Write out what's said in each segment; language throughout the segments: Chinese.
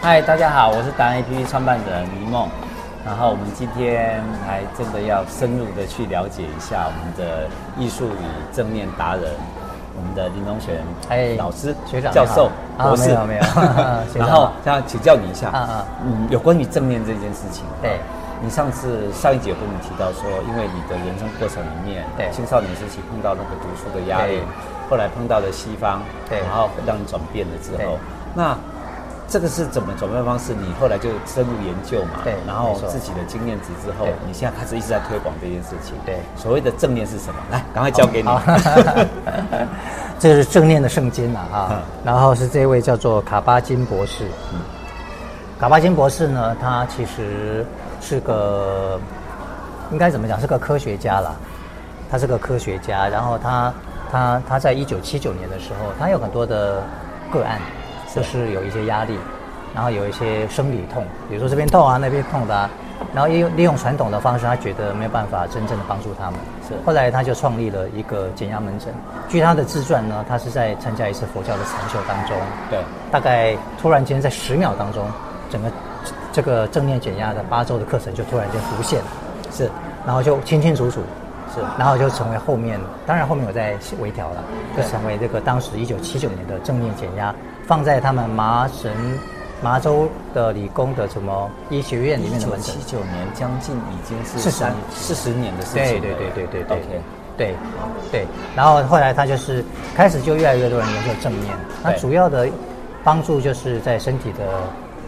嗨，大家好，我是达人 APP 创办人迷梦。然后我们今天还真的要深入的去了解一下我们的艺术与正面达人，我们的林东玄哎老师、学长教授、你好博士，啊 没有没有学长然后想请教你一下，啊啊嗯，有关于正面这件事情，啊对你上次上一节跟我们提到说，因为你的人生过程里面，对青少年时期碰到那个读书的压力对，后来碰到了西方，对然后让你转变了之对后，那这个是怎么转变方式？你后来就深入研究嘛，对然后没错自己的经验值之后对，你现在开始一直在推广这件事情。对所谓的正念是什么？来，赶快交 给你。好，这是正念的圣经了嗯啊。然后是这位叫做卡巴金博士。卡巴金博士呢，他其实是个应该怎么讲，是个科学家啦。他是个科学家，然后他他他在一九七九年的时候，他有很多的个案，就是有一些压力，然后有一些生理痛，比如说这边痛啊，那边痛的、啊，然后利用利用传统的方式，他觉得没有办法真正的帮助他们。是后来他就创立了一个减压门诊。据他的自传呢，他是在参加一次佛教的禅修当中，对，大概突然间在十秒当中，整个这个正念减压的八周的课程就突然间浮现了。是然后就清清楚楚，是然后就成为后面，当然后面有在微调了，就成为这个当时一九七九年的正念减压，放在他们麻省麻州的理工的什么医学院里一面的九门诊七，九年，将近已经是40三四十年的事情对了对对对对对 OK，对对，然后后来他就是开始就越来越多人研究正面，那对主要的帮助就是在身体的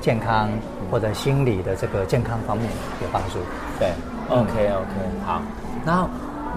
健康嗯或者心理的这个健康方面有帮助。对，OK 嗯 OK，好。然后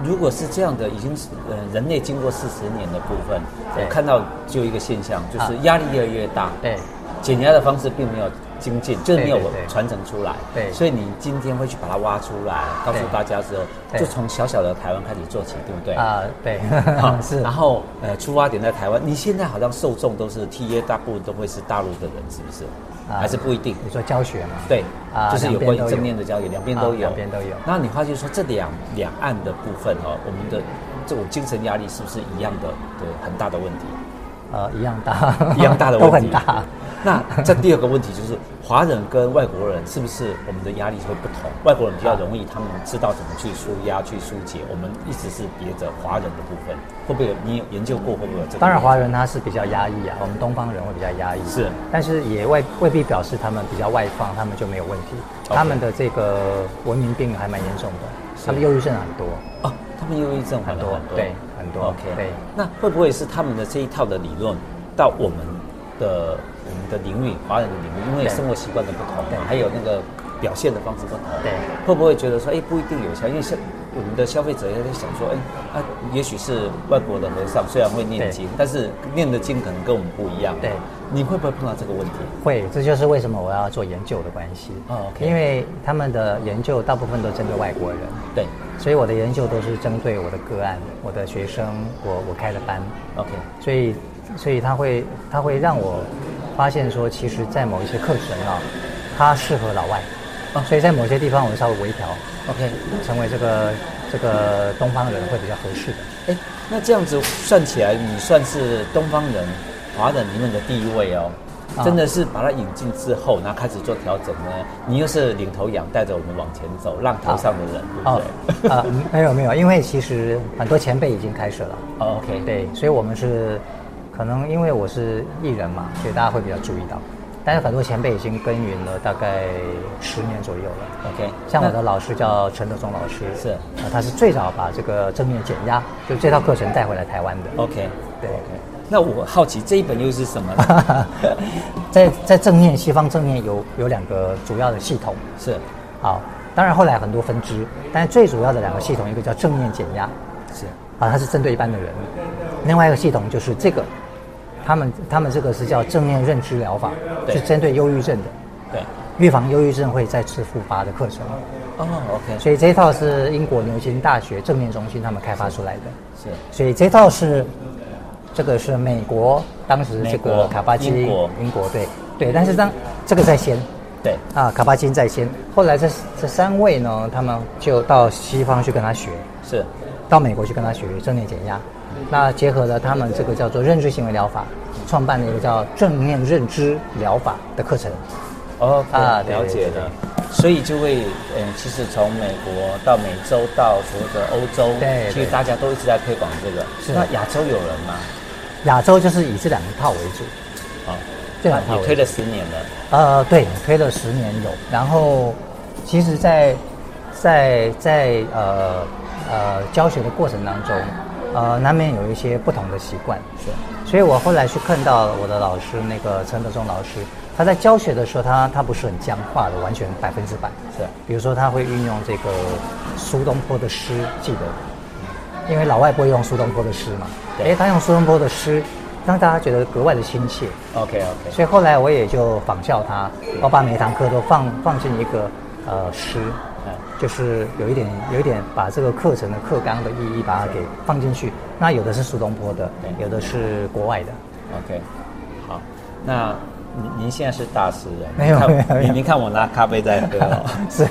如果是这样的，已经是呃人类经过四十年的部分，对我看到就一个现象，就是啊压力越来越大。对。减压的方式并没有精进，就是没有对对对传承出来。对所以你今天会去把它挖出来，告诉对大家之后，对就从小小的台湾开始做起，对不对？啊、对，好 是然后呃，出发点在台湾。你现在好像受众都是 T A，大部分都会是大陆的人，是不是？啊还是不一定？你说教学嘛？对，啊就是有关于正面的两边都交有流，两边都有，啊两边都有那你发现说这两两岸的部分哦，我们的这种精神压力是不是一样的？对，很大的问题，呃一样大， 一样大的问 都题。很大。 那这第二个问题就是，华人跟外国人是不是我们的压力会不同？外国人比较容易，他们知道怎么去舒压、去疏解。我们一直是别着华人的部分，会不会有你有研究过？会不会有这个？当然，华人他是比较压抑啊，我们东方人会比较压抑，是，但是也未未必表示他们比较外放，他们就没有问题。 OK 他们的这个文明病还蛮严重的，是他们忧郁症很多。哦，他们忧郁症反而很多对很多 OK，对那会不会是他们的这一套的理论到我们的我们的领域，华人的领域，因为对生活习惯的不同对嘛，还有那个表现的方式不同，对，会不会觉得说，哎，不一定有效？因为像我们的消费者也在想说，哎，啊，也许是外国的和尚虽然会念对经，但是念的经可能跟我们不一样，对，你会不会碰到这个问题？会，这就是为什么我要做研究的关系。哦，OK 因为他们的研究大部分都针对外国人，对所以我的研究都是针对我的个案、我的学生、我我开的班。 ，OK，所以，所以他会他会让我发现说，其实，在某一些课程啊，它适合老外，啊所以在某些地方我稍微微调， OK，成为这个这个东方人会比较合适的。哎，那这样子算起来，你算是东方人、华人里面的第一位哦。啊真的是把它引进之后，然后开始做调整呢？你又是领头羊，带着我们往前走，浪头上的人，对不对？呃， 没有没有，因为其实很多前辈已经开始了，哦，OK，对，所以我们是可能因为我是艺人嘛，所以大家会比较注意到，但是很多前辈已经耕耘了大概十年左右了。 ，OK。像我的老师叫陈德忠老师，是呃他是最早把这个正面减压，就这套课程带回来台湾的。 OK，对 OK。那我好奇这一本又是什么呢？在在正面西方正面有有两个主要的系统，是好，当然后来很多分支，但是最主要的两个系统，一个叫正面减压，是啊，它是针对一般的人；另外一个系统就是这个，他们他们这个是叫正面认知疗法，对是针对忧郁症的，对，预防忧郁症会再次复发的课程。哦，OK，所以这一套是英国牛津大学正面中心他们开发出来的。是所以这套是这个是美国当时这美国个卡巴金英国对对，但是当这个在先对，啊，卡巴金在先，后来这这三位呢，他们就到西方去跟他学，是到美国去跟他学正念减压，那结合了他们这个叫做认知行为疗法，创办了一个叫正念认知疗法的课程，哦啊对了对解对了。所以就会，嗯，其实从美国到美洲到所谓的欧洲，对其实对大家都一直在推广这个。是那亚洲有人吗？亚洲就是以这两套为主，啊，这那两套你为推主。了十年了，呃，对，推了十年有。然后，其实在，在在呃呃教学的过程当中，呃，难免有一些不同的习惯。是所以我后来去看到我的老师，那个陈德忠老师，他在教学的时候，他他不是很僵化的，完全百分之百。是比如说他会运用这个苏东坡的诗，记得，因为老外不会用苏东坡的诗嘛，对诶，他用苏东坡的诗，让大家觉得格外的亲切。 ，OK OK，所以后来我也就仿效他，我把每一堂课都放放进一个呃诗，就是有一点有一点把这个课程的课纲的意义把它给放进去。那有的是苏东坡的，对有的是国外的。 OK，好，那您您现在是大师了，没有您看没有没有您您看我拿咖啡在喝哦， 是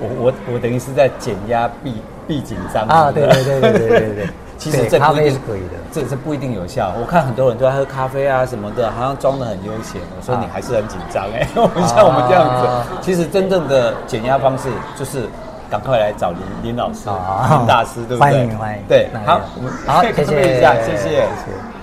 我我我等于是在减压避避紧张啊是不是对对对对对对对 其实对这咖不一啡定是可以的这这不一定有效。我看很多人都在喝咖啡啊什么的，好像装的很悠闲。我说啊你还是很紧张哎， 我们像我们这样啊子， 其实真正的减压方式就是赶快来找林林老师，啊林大师对不对？欢迎欢迎对那，个好，我们好 可以谢谢分享一下，谢谢谢谢。